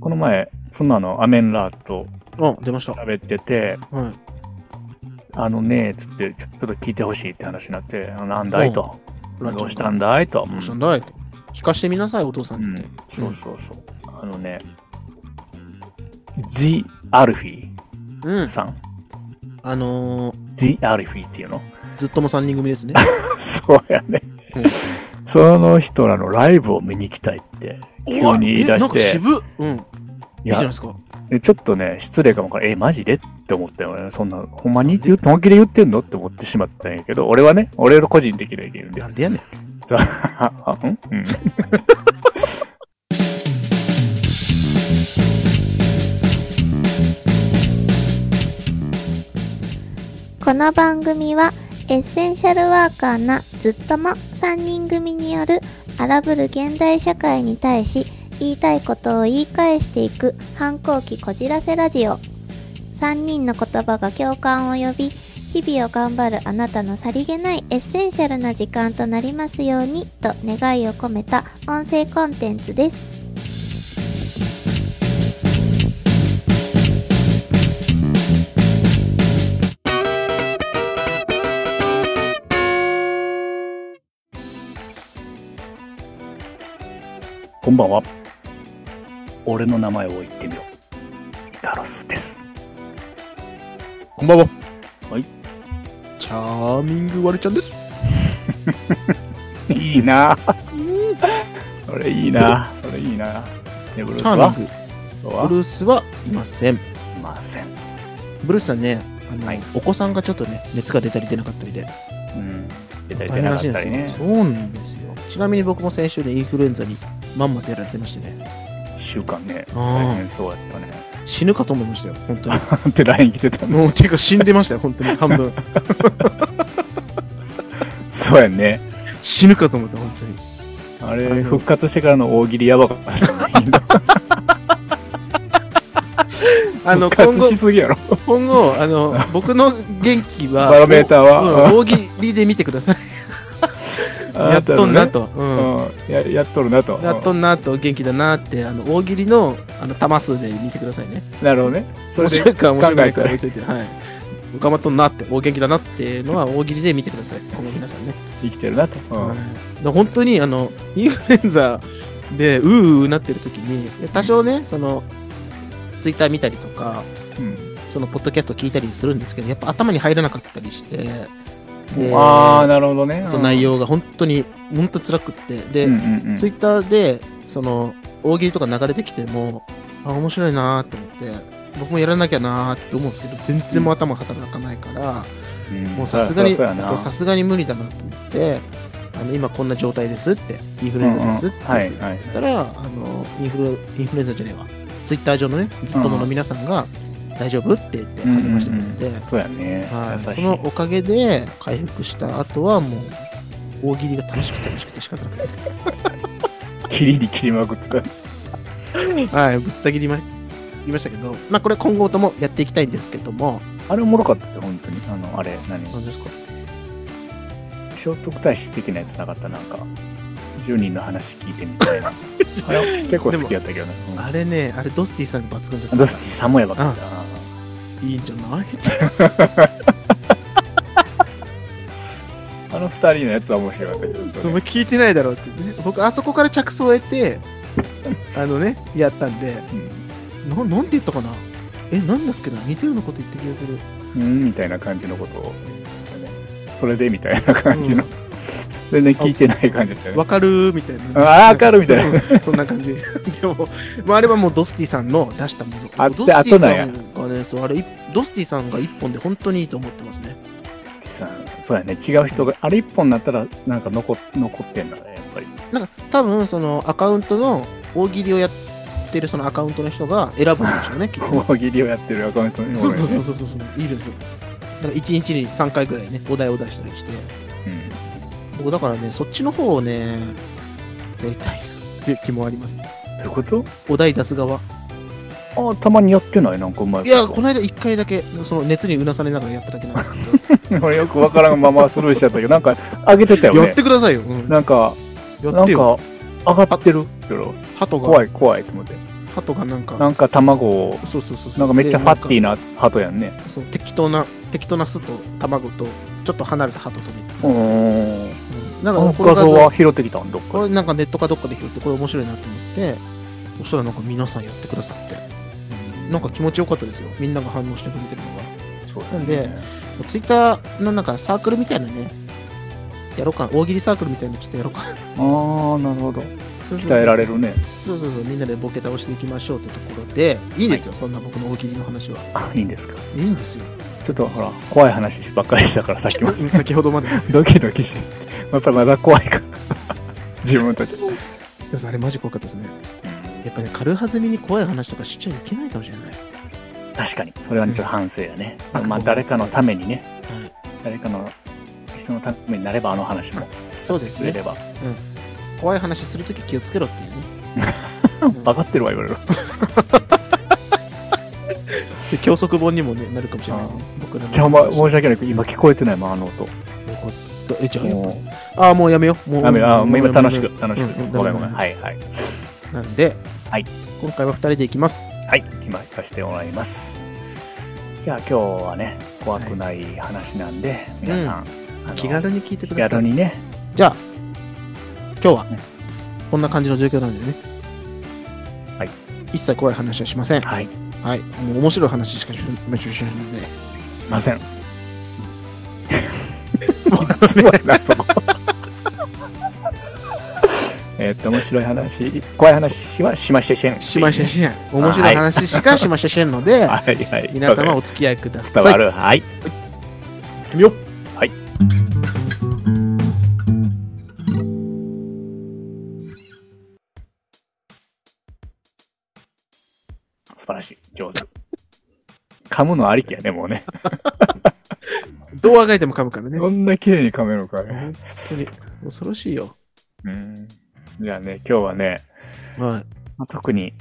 この前、妻のアメンラーとあ、出ました。喋ってて、はい。あのね、つって、ちょちょっと聞いてほしいって話になって、あなんだいと。ラッチどョうンしたんだいと。どうしたんだいと聞かしてみなさい、お父さうんにんって。そうそうそう。あのね、ジ・アルフィうん。さん。あのー、ジ・アルフィっていうの ずっとも3人組ですね。そうやねうん。その人らのライブを見に行きたいって、 急に言い出おえなしんかて、渋っうん。いいいじゃやないで、すか。ちょっとね、失礼かもわからん、え、マジでって思ったよね。そんな、ほんまに言う本気で言ってんのって思ってしまったんやけど、俺はね、俺の個人的な意見でな。んでやねん。ああ うんうん。この番組はエッセンシャルワーカーなずっとも3人組による荒ぶる現代社会に対し言いたいことを言い返していく反抗期こじらせラジオ3人の言葉が共感を呼び日々を頑張るあなたのさりげないエッセンシャルな時間となりますようにと願いを込めた音声コンテンツですこんばんは。俺の名前を言ってみよう。イカロスです。こんばんは。はい。チャーミングワルちゃんです。いいな それいいなそれいいなね、ブルーチスャーはミング。今日ブはルースはいません。いません。うブルースさんね、あの、はいお子さんがちょっとね、熱が出たり出なかったりで、ん。出たり大出変ならかっしいんたりでねす。よ。そうなんですよ。ちなみに僕も先週でインフルエンザにまんまとやられてましてね、一週間ね、あー大変そうやったね。 死ぬかと思いましたよ、本当に。って LINE 来てたの。もう、ていうか死んでましたよ、本当に、半 分。そうやんね。死ぬかと思った、本当に。あれ、復活してからの大喜利やばかったね。あの、復今活後し、すぎやろ。今後、あの、僕の元気は、バロメーターは。うん、大喜利で見てください。 あやっとんな。と。うあんのねうん。ややっとるなと。やっとんなと、元気だなって、あの、大喜利の、あの、玉数で見てくださいね。なるほどね。そ面れで白いか面白くないか考置いといて、はい。頑張っとんなって、大元気だなっていうのは、大喜利で見てください。この皆さんね。生きてるなと。うんはいで本当に、あの、インフルエンザで、うーうーなってる時に、多少ね、その、ツイッター見たりとか、うんそのポッドキャスト聞いたりするんですけど、やっぱ頭に入らなかったりして、でああ、なるほどね。その内容が本当に、本当辛くって、で、ツイで、ッターで、その、大喜利とか流れてきても、あ、面白いなーって思って、僕もやらなきゃなーって思うんですけど、全然もう頭働かないから、もうさすがに、そりゃそそうやなう、さすがに無理だなと思って、あの、今こんな状態ですって、インフルエンザですって、はいはい。だから、あの、インフル、インフルエンザじゃねえわ。ツイッター上のね、ずっともの皆さんが、大丈夫って言って励ましてくれて、そうやね。はい、優しそいのおかげで回復した後はもう大喜利が楽しくて楽しくて仕方な くて、切りに切りまくってた。はい、ぶった切りま言いましたけど、まあ、これ今後ともやっていきたいんですけどもあれおもろかったって、本当に。あの、あれ、何何ですか聖徳太子的なやつなかったなんか、10人の話聞いてみたい な。あれ結構好きやったけどね。あれねあれドスティさんが抜群だっうたんドスティさんもやばかった。いいんじゃないあの二人のやつは面白かったけどちょっおと前ね。聞いてないだろうって、ね、僕あそこから着想を得てあのねやったんでななんて言ったかなえなんだっけな似たようなこと言った気がするうん、うんみたいな感じのことを言ってたね。それでみたいな感じの。 全然聞いてない感じだったよね。わかるみたいあなーわかるみたいなうんそんな感じでも、まあ、あれはもうドスティさんの出したものあドでスティあとなんやさんがねそうあれ一ドスティさんが一本で本当にいいと思ってますね月さん、そうやね、違う人が、あれ一本になったら、なんか残残ってんだね、やっぱり。なんか多分そのアカウントの大喜利をやってるそのアカウントの人が選ぶんでし ょうねきっと大喜利をやってるアカウントに、そうそうそうう。そうそうそういいですよなんか1日に3回ぐらいねお題を出したりしうてん、僕だからねそっちの方をねやりたいなっていう気もありますどういうことお題出す側あたまにやってないなんかうまいいや、ここの間一回だけ、その熱にうなされながらやっただけ なんですけれ俺よくわからんままスルーしちゃったけどなんか上げてたよど、やねってくださいよ。うんなんかやなっんてよ。か上がってる鳩が、怖い怖いと思って鳩がなんか、なんか卵をそうそうそうそう。なんかめっちゃファッティーな。な鳩やんねそう、適当な、適当な巣と卵と、ちょっと離れた鳩とみたいうーんな。うんなんあかのこの画像は拾ってきたんどっこかれなんかネットかどっかで拾って、これ面白いなと思って、そしたらなんか皆さんやってくださって、なんか気持ちよかったですよ。みんなが反応してくれてるのが。そうなんでツイッターのなんかサークルみたいなね、やろうかな、大喜利サークルみたいなのちょっとやろうかな。ああなるほど鍛えられるねそうそうそう、みんなでボケ倒していきましょうってところで、いいですよ、そんな僕の大喜利の話は。あいいんですかいいんですよ。ちょっとほら怖い話ばっかりしたからさっきも先ほど まで。で ドキドキしてまたまだ怖いから 自分たちもさあれマジ怖かったですね。やっぱね、軽はずみに怖い話とかしちゃいけないかもしれない。確かにそれはねちょっと反省やね、うんまあ誰かのためにねはい、誰かの人のためになればあの話もそうですすれね。れば怖い話するとき気をつけろって いうね。バカってるわ言われるで教則本にもね、なるかもしれないね、僕ら のじゃあお前申し訳ないけど今聞こえてないもんあの音よかったえ、じゃあやっもぱうああ、もうやめよう。もうあめあもう今楽しく。もうやめよう楽しうんうくんごめんごめダメんだはいはいなんで、はい今回は2人で行きます。はい今行かせてもらいますじゃあ今日はね怖くない話なんで、皆さん、あの気軽に聞いてく気ださ軽い。にねじゃあ、今日はね、こんな感じの状況なんでね。はい。一切怖い話はしません。はいしはい。もう面白い話しかしましないので。ませんすごいなそこ えっと面白い話怖い話はしましゃしゃん しましゃしやん。い面白い話しかしましゃしやんので、はいはい皆様わお付き合いくだかさい。る伝わるはい行ってみよう。はい。素晴らしい上手 噛むのありきやねもうねどうあがいても噛むからね。こ本んな綺麗に噛めるのかね当に。恐ろしいよ。うんじゃあね今日はねはまあ特に、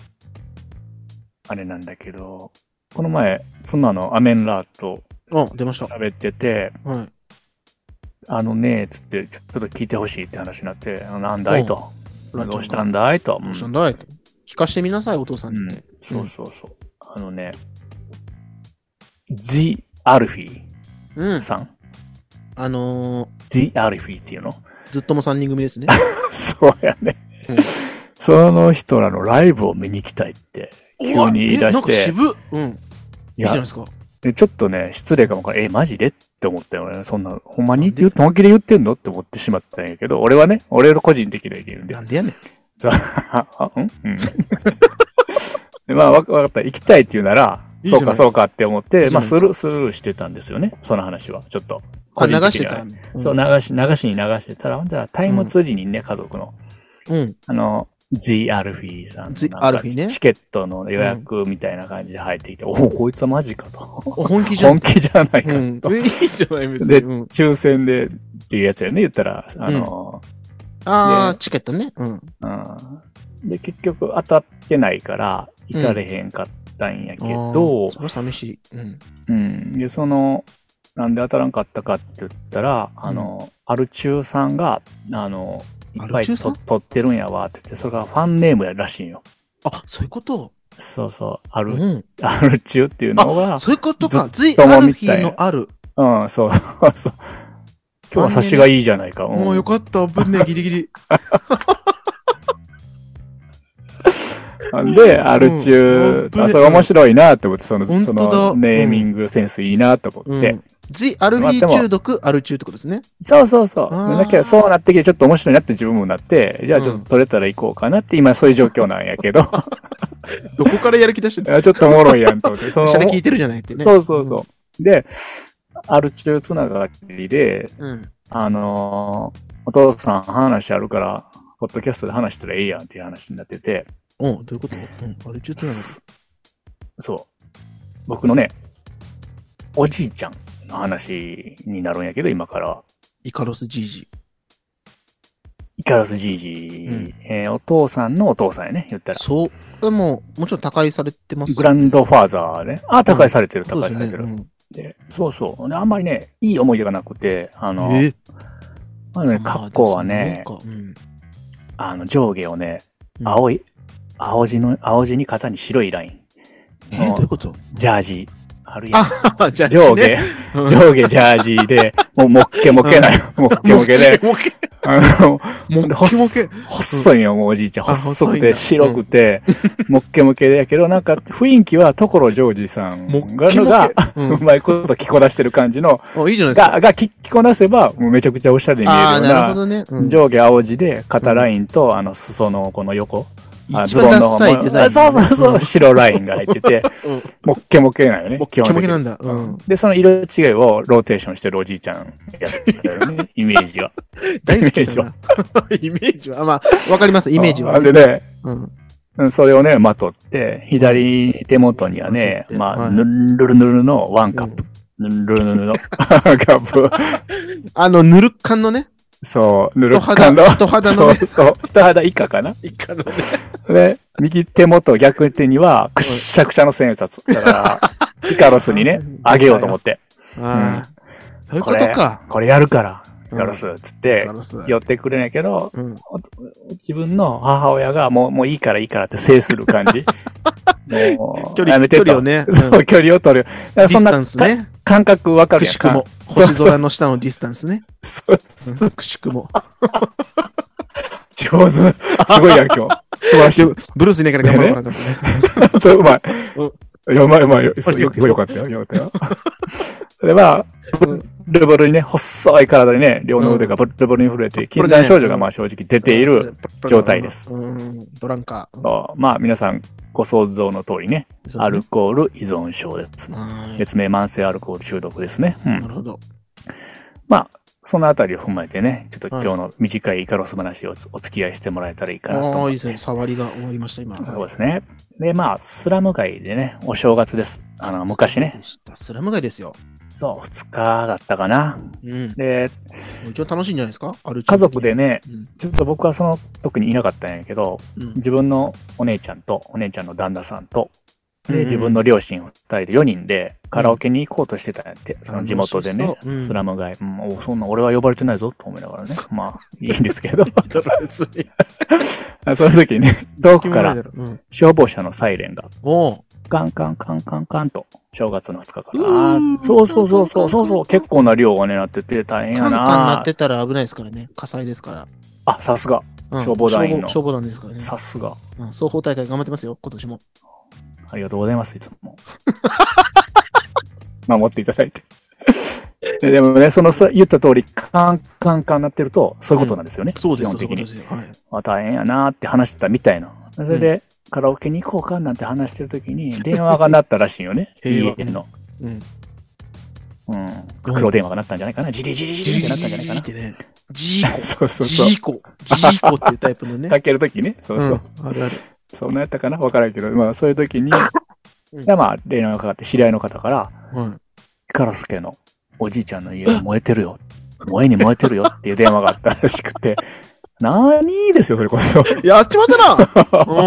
あれなんだけど、この前、妻のアメンラーとい。お、出ました。喋ってて、はい。あのね、つって、ちょっと聞いてほしいって話になって、あなんだいと。うんどうしたんだいと。うどんうしたんだいって聞かしてみなさい、お父さんうんにって。そうそうそう。あのね、ジ・アルフィうんー。さん。あのジ・アルフィーっていうの ー、ずっとも3人組ですね。そうやねうん。その人らのライブを見に行きたいって、急に言い出おえなしんかて。渋っうん。いいいじゃないやですか。で、ちょっとね、失礼かもわからんえ、マジでって思ったよね。そんな、ほんまに言う本気で言ってんのって思ってしまったんやけど、俺はね、俺の個人的な意見でな。んでやねん。あ、あうん うん。でまあ、わわかった。行きたいって言うなら、いいじそゃうないかそうかって思って、いいじまゃあ、ないスルー、スルーしてたんですよね。その話は。ちょっと。あ、個流人し的てにはたね。。んそう、。流し、流しに流してたら、ほんじゃタイムツリーにね、家族の、うん。あの、ジ・アルフィーさんの。ジなんかアルフィーねチケットの予約みたいな感じで入ってきて、おお、こいつはマジかと。お本気じゃん。本気じゃないかうと。 ん。えいいじゃない、別に。でうん抽選でっていうやつやね、言ったら、あの、ああ、でチケットね。うん。うん。で、結局当たってないから、行かれへんかったんやけどあー、それは寂しい。うん。うん、で、その、なんで当たらんかったかって言ったら、あの、アルチューさんが、あの、いっアぱルいチューさんと取ってるんやわって言って、それがファンネームやらしいんよ。あ、そういうこと。そうそう、アうル、ん。アルチューっていうのが、そういうことか。ずずっいとあもるみ日たいなのある。うん、そうそうそう。今日は差しがいいじゃないか。うんもうよかった。ぶん ね、ギリギリ。で、アルチュうんー、あ、それ面白いなと思って、その、本そ当だのネーミングセンスいいなとう思って。ん。ジ・アルフィー中毒、アル中ってことですね。そうそうそう。あーだけど、そうなってきて、ちょっと面白いなって自分もなって、じゃあちょっと取れたら行こうかなって、今そういう状況なんやけど、 どこからやる気出してんのあちょっとおもろいやんと思って、その、しゃれ聞いてるじゃないってね。そうそうそう。で、アルチューつながりで、うん。うん。あのーお父さん話あるから、ポッドキャストで話したらええやんっていう話になってて、おどういうことうん。アル中ってなのそう。僕のね、おじいちゃんの話になるんやけど、今から。イカロス・ジージ。イガラスじいじ、えーお父さんのお父さんやね、言ったら。そう。でも、もちろん他界されてますグランドファーザーね。あ、他界されてる、他そうで界すさねれてる。うんでそうそう。であんまりね、いい思い出がなくて、あの、えあのね、格好はね、まあでもそんなもんかあの、上下をね、うん青い、青地の、青地に肩に白いライン。うんえ、どういうことジャージ。あるやん。あ、じゃあ上下、うん上下ジャージで、もう、もっけもけない。もっけもけで。もけあの、もけ細もけ。細いよ、もうおじいちゃん。あ細細くいんだて、白くて、もっけもけやけど、なんか、雰囲気は、所ジョージさんもっけもが、けのが、う うんまいこと着こなしてる感じの、あ、いいじゃないですか。が、が着着こなせば、もうめちゃくちゃおしゃれに見えるあよあー、うなるほな、どね。うん上下青地で、肩ラインと、あの、裾のこの横、あ一番ダッサいもデザイン。そうそうそう、ん白ラインが入ってて、 うんもっけもけなのね。もっけもけ基な本的にんだ。うん。で、その色違いをローテーションしてるおじいちゃんやってたよ ね、イメージは。大好きイメージだな。 イメージは。あまあ、わかります、イメージは。でね、うん。うんそれをね、まとって、左手元にはねまとっ、てまはあ、いぬるぬるのワンカップ。ぬるぬるのカップ。あの、ぬるっかんのね、そう、ぬる人っか肌の。人肌のねそう、そう、人肌以下かな。一家のね。で、右手元逆手には、くっしゃくしゃの千円札。だから、イカロス にね、あげようと思って、ああ、そういうことか。これやるから、イうんカロス、つってガ、ラス寄ってくれないけど、うん。自分の母親がもう、もういいからいいからって制する感 じ。もう距離やめてと距離をねうんそう、距離を取る。だからデそィんスなタンスね。か感覚わかくるやんしくも。そう星空の下のディスタンスね。そううんくしくも。上手。すごいやん、今日。素晴らしい。ブルースいないから頑張ろうかなと思ってね。 そううまい。いやうまい、うまい。よありがとうよかったよ、よかった よ。で、まあ、ブルブルにね、細い体にね、両の腕がブルブルに震えて、禁断症状がまあ正直出ている。状態ですうん。ドランカー。そうまあ、皆さんご想像の通りね、アルコール依存症ですね。はい別名慢性アルコール中毒ですね。うんなるほど。まあ、そのあたりを踏まえてね、ちょっとは今い日の短いイカロス話をお付き合いしてもらえたらいいかなとあ思あ、っいいて。ですね。触りが終わりました、今。そうですね。で、まあ、スラム街でね、お正月です。あの、昔そうね、でした。スラム街ですよ。そう、2日だったかな。うん。で、一応楽しいんじゃないですかある家族で。ね、うん。ちょっと僕はその時にいなかったんやけど、 うん。自分のお姉ちゃんと、お姉ちゃんの旦那さんと、うんうでん自分の両親2人で4人でカラオケに行こうとしてたんやって、その地元でね楽し、そううんスラム街、うん、おそんな俺は呼ばれてないぞと思いながら ね、まあいいんですけど、 だから別に。その時にね、遠くからうん。消防車のサイレンが、おうカンカンカンカンカンと、正月の2日から、うあんーそうそうそうそうそうそう、結構な量がね、なってて大変カやンカンななってたら危ないですからね。火災ですから。あ、さすが、うん消防団員の消防消防団ですからね。さすが。うん双方大会頑張ってますよ、今年も。ありがとうございます、いつも。 守っていただいて。ででもね、そのさ言った通り、カンカンカンなってると、そういうことなんですよね。基そう本いう的ことにで。すよ。はい。。あ大変やなーって話してたみたいな。それで、カラオケに行こうかなんて話してるときに、電話が鳴ったらしいよね 平和家の。うん。うん。黒電話が鳴ったんじゃないかな。ジリジリジリってなったんじゃないかなっ。てね。ジーコ。そうそうジそう。ーコ。ジーコっていうタイプのね。かけるときね。 そうそう。うんあるある。そんなやったかなわからんけど、まあそういうときに、うんでまあ、電話がかかって、知り合いの方から、はいカラスケのおじいちゃんの家が燃えてるよ。燃えに燃えてるよっていう電話があったらしくて、 なーにーですよ、それこそ。 うやっちまった なうん。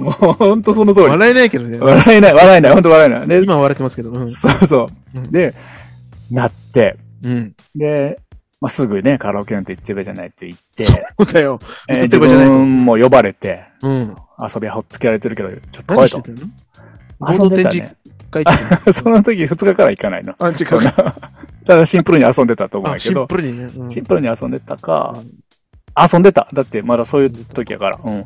ん、もうほんとその通り。笑えないけどね。笑えない、笑えない、ほんと笑えない。で、今は笑ってますけど。うん。そうそうう。んで、なって、うん。で、まあ、すぐね、カラオケなんて行ってる場合じゃないって言って、そうだよ。えー行って自る場合じゃない分も呼ばれて、うん。遊びはほっつけられてるけど、ちょっと怖何いしとて。たの遊合んで同展た示ね。会っていうの その時2日から行かないの。あ、違う。ただシンプルに遊んでたと思うんあ、やシけンど、プルにね。うんシンプルに遊んでたか、うん遊んでた。だってまだそういう時やから。うん。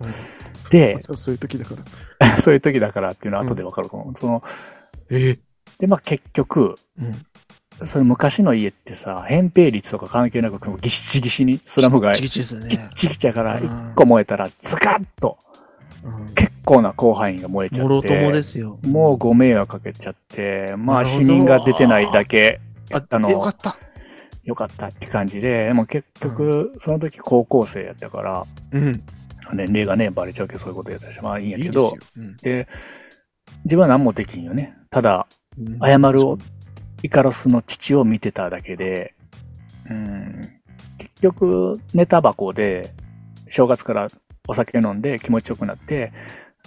で、 そういう時だから。そういう時だからっていうのは後でわかると思う。その、えで、まあ結局、うん。その昔の家ってさ、扁平率とか関係なく、もうぎっしぎしに、スラム街、チキチキですよぎっね。ちぎちやから、うん一個燃えたら、ズカッと、うん結構な広範囲が燃えちゃもろっともでて、すよ。もうご迷惑かけちゃって、まなあるほど死人が出てないだけ、あ、あのよかった。よかったって感じで、でも結局、その時高校生やったから、うん。年齢がね、バレちゃうけどそういうことやったし、まあいいんやいいけですよど、。で、自分は何もできんよね。ただ、うん謝るを、イカロスの父を見てただけで、うん、結局、ネタ箱で、正月からお酒飲んで気持ちよくなって、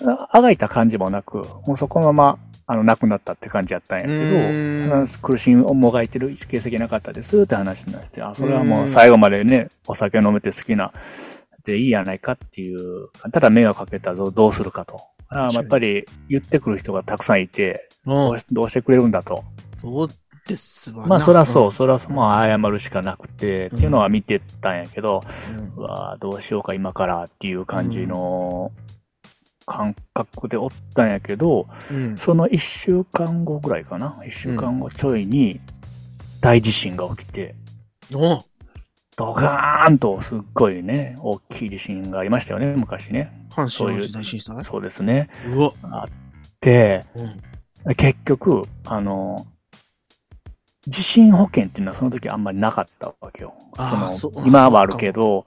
ああがいた感じもなく、もうそこのまま、あの、亡くなったって感じやったんやけど、ん話す苦しみをもがいてる形跡なかったですって話になって、あ、それはもう最後までね、お酒飲めて好きな、でいいやないかっていう、ただ迷惑かけたぞ、どうするかと。あまあやっぱり言ってくる人がたくさんいて、どうしどうしてくれるんだと。そうですわな。まあそらそうう、そらそう、まあ謝るしかなくて、っていうのは見てたんやけど、ん。うわあどうしようか今からっていう感じの感覚でおったんやけど、うん。その1週間後ぐらいかな1週間後ちょいに大地震が起きておドガーンとすっごいね大きい地震がありましたよね昔ね阪そうい神・淡う路大震災そうですねうわ。でうん。結局あの地震保険っていうのはその時あんまりなかったわけよあーそのそう今はあるけど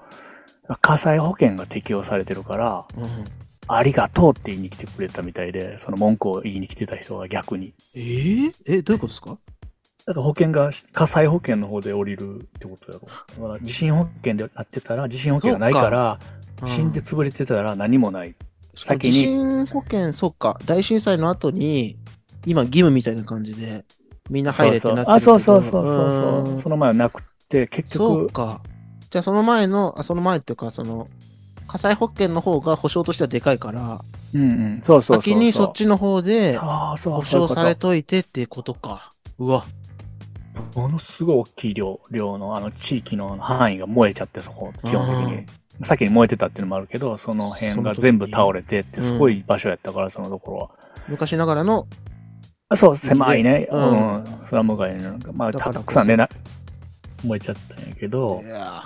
火災保険が適用されてるからうんありがとうって言いに来てくれたみたいで、その文句を言いに来てた人が逆に。えーえ、どういうことですかだから保険が、火災保険の方で降りるってことやろ。だから地震保険でなってたら、地震保険がないから、地震で潰れてたら何もない。先に地震保険、そうか。大震災の後に、今義務みたいな感じで、みんな入れってなってるけどあ、そうそうそうそうそうう。んその前はなくて、結そう局、か。じゃあその前の、あその前っていうか、その、火災保険の方が保証としてはでかいから、うんうん、そうそうそうそう。先にそっちの方でそうそう保そういうこ証とされといてっていうことか。うわ。ものすごい大きい量、量の、あの、地域の範囲が燃えちゃって、そこ、基本的に。先に燃えてたっていうのもあるけど、その辺が全部倒れてって、その時すごい場所やったから、そのところは。昔ながらの、あそう、狭いね。ううんん。スラム街のなんか、まあ、だからたこそくさんね、な燃えちゃったんやけどい、や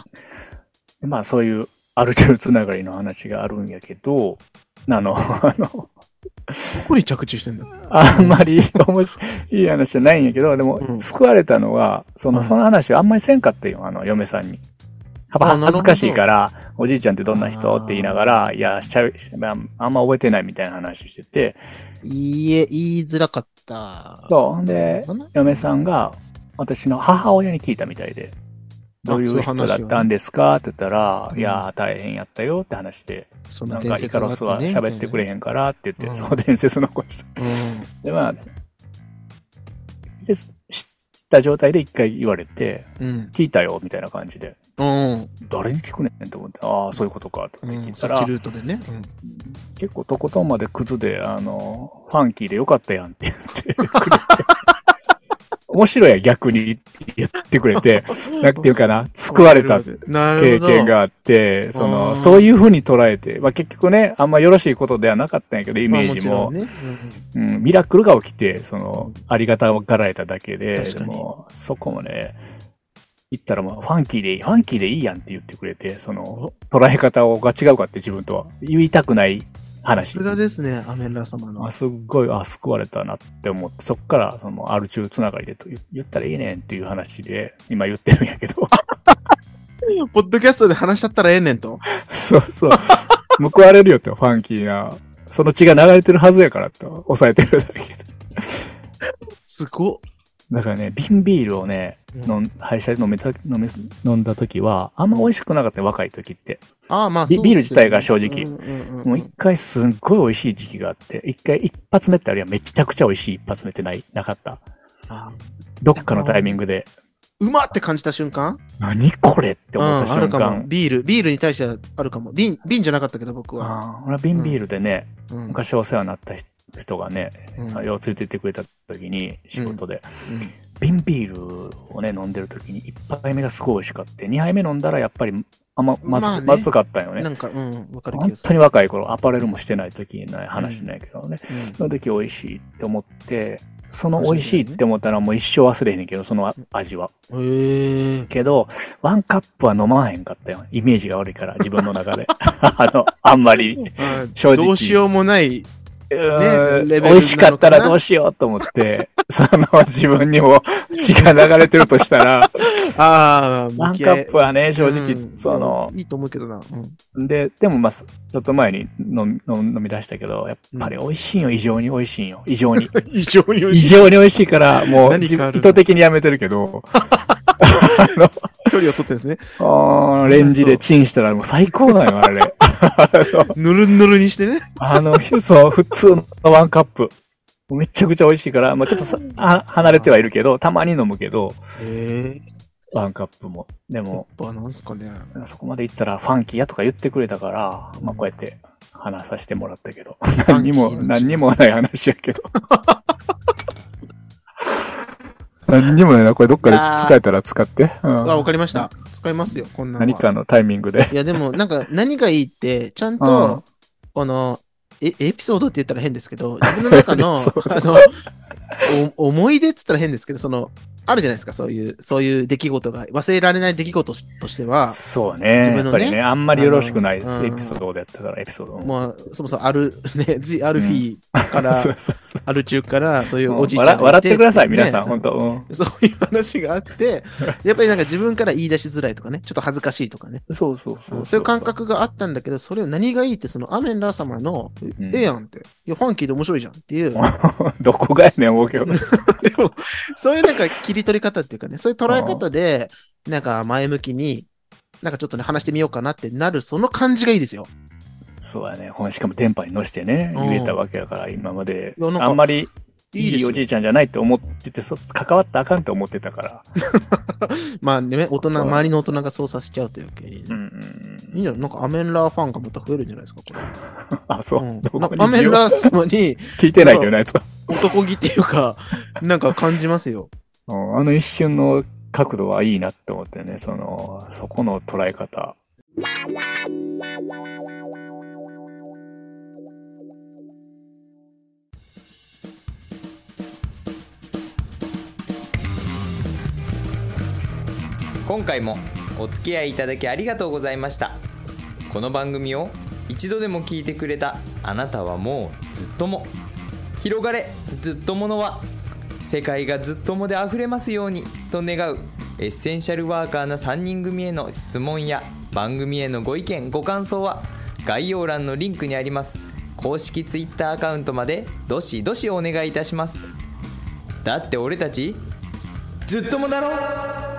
でまあ、そういうアルチュルつながりの話があるんやけど、 あの、あの、ーどこに着地してんだあんまり 面白いいい話じゃないんやけど、でうも、ん救われたのは、その、はいその話をあんまりせんかったよ、あの、嫁さんに。やっあぱなるほ恥どずかしいから、おじいちゃんってどんな人あーって言いながら、いや、しゃべ、まああんま覚えてないみたいな話してて、いいえ、言いづらかった。そう、ほんで、かな嫁さんが私の母親に聞いたみたいで、どういそういうう話人をねだったんですかって言ったら、うんいやー大変やったよって話で、そなのんか伝イ説カロがあっスてはね。喋ってくれへんからって言って、うんその伝説残した。みたいなで、まあ、で知った状態で一回言われて、うん。聞いたよみたいな感じで、うん。うん。誰に聞くねんと思って、ああ、そういうことかってう聞いん、たそら、っちルートでね。うん結構とことんまでクズで、あの、ファンキーでよかったやんって言ってくれて、面白いやん逆にって言ってくれて、 なんていうかな、救われたなるほど経験。があって、そあーの、そういうふうに捉えて、まあ結局ね、あんまよろしいことではなかったんやけど、イまあメージもちろん。ねうん、ミラクルが起きて、その、ありがたがられただけで、確かでにも、そこもね、言ったらもう、ファンキーでいい、ファンキーでいいやんって言ってくれて、その、捉え方が違うかって自分とは言いたくないさ話。すがですね、アメンラ様のあ。すっごい、あ、救われたなって思って、そっから、その、アルチューつながりでと言言ったらいいねんっていう話で、今言ってるんやけど、ポッドキャストで話しちゃったらええねんと。そうそう。報われるよって、ファンキーな。その血が流れてるはずやからと、抑えてるだけで。すごだからね、瓶ビールをね、飲ん廃車で飲めた飲め飲んだ時は、あんま美味しくなかったよ、若い時って。ああ、まあ、ビそうですよねビール自体が正直うんうんうんもう一回すっごい美味しい時期があって、一回一発目ってあるやん、めちゃくちゃ美味しい一発目ってない、なかった。あーどっかのタイミングで、うまって感じた瞬間何これって思ったうんあ瞬るかも。間。ビール、ビールに対してはあるかも。瓶、瓶じゃなかったけど、僕は。あー俺は瓶ビールでね、うん昔お世話になった人がね、うんよう連れてってくれた時に、仕事で、瓶ビールをね、飲んでる時に、1杯目がすごい美味しかって、2杯目飲んだらやっぱり、あんままず,、まあねまずかったようんねな。んか、うん、わかる気本がす当る。に若い頃、アパレルもしてない時の話なんやけどね、その時美味しいって思って、その美味しいって思ったらもう一生忘れへんねんけど、そのあ味は。うんへえ。けど、ワンカップは飲まへんかったよ。イメージが悪いから、自分の中 で。あの、あんまり。あ正直どうしようもない。うーんレベルなのかな美味しかったらどうしようと思って、その自分にも血が流れてるとしたら、ああ、ワン向きカ合いップはね、正う直、んその、いいと思うけどな。うんで、でもまあ、すちょっと前に飲み飲み飲み出したけど、やっぱり美味しいよ、異常に美味しいよ、異常に。異常に 美異味しい。常に美味しいから、もう何意かあるの図的にやめてるけど、距離を取ってんですね。あーレンジでチンしたらもう最高だよ、あれ。 ぬるぬるにしてね。あの、そう、普通のワンカップ。めちゃくちゃ美味しいから、まあちょっとさあ離れてはいるけど、たまに飲むけど、ええワンカップも。でやっも、ぱなんすかね。そこまで行ったらファンキーやとか言ってくれたから、まあこうやって話させてもらったけど、何にも、ファンキーなんですよ何にもない話やけど。何にもないな、これどっかで使えたら使って。うんあ、わかりました。使いますよ、こんなのは。何かのタイミングで。いや、でも、なんか、何がいいって、ちゃんうんと、この、え、エピソードって言ったら変ですけど、自分の中の、あそうの、お思い出って言ったら変ですけど、その、あるじゃないですか、そういう、そういう出来事が、忘れられない出来事としては、そうね。自分やのねっぱりね、あんまりよろしくないですあのエピソードでやったから、エピソードも。もう、そもそもある、ね、ジ・アルフィーから、 そうそうそうアル中から、そういうもうおじいちゃんが笑い笑ってください、皆さん、ね本当、うんそういう話があって、 やっぱりなんか自分から言い出しづらいとかね、ちょっと恥ずかしいとかね、そうそうそそういう感覚があったんだけど、それを何がいいって、そのアメンラー様の、うんええやんって、いや、ファンキーで面白いじゃんっていう、 どこがやねん、思うけど。でも、そういうなんか切り取り方っていうかね、そういう捉え方で、なんか前向きに、なんかちょっとね、話してみようかなってなる、その感じがいいですよ。そうやね。ほんしかも電波に乗してね、うん言えたわけやから、今までい。やなんかあんまりいいいですいよおじいちゃんじゃないって思ってて、そ関わったらあかんって思ってたから。まあね、大人、そう周りの大人が操作しちゃうというか、いいうんうんうん。んじゃないなんかアメンラーファンがまた増えるんじゃないですか、これ。あ、そう。うんどこなんにかアメン需要ラー様に聞いてないけどね、あいつは。男気っていうか、なんか感じますよ。うんあの一瞬の角度はいいなって思ってね、その、そこの捉え方。今回もお付き合いいただきありがとうございましたこの番組を一度でも聞いてくれたあなたはもうずっとも広がれずっとものは世界がずっともであふれますようにと願うエッセンシャルワーカーな3人組への質問や番組へのご意見ご感想は概要欄のリンクにあります公式 Twitter アカウントまでどしどしお願いいたしますだって俺たちずっともだろ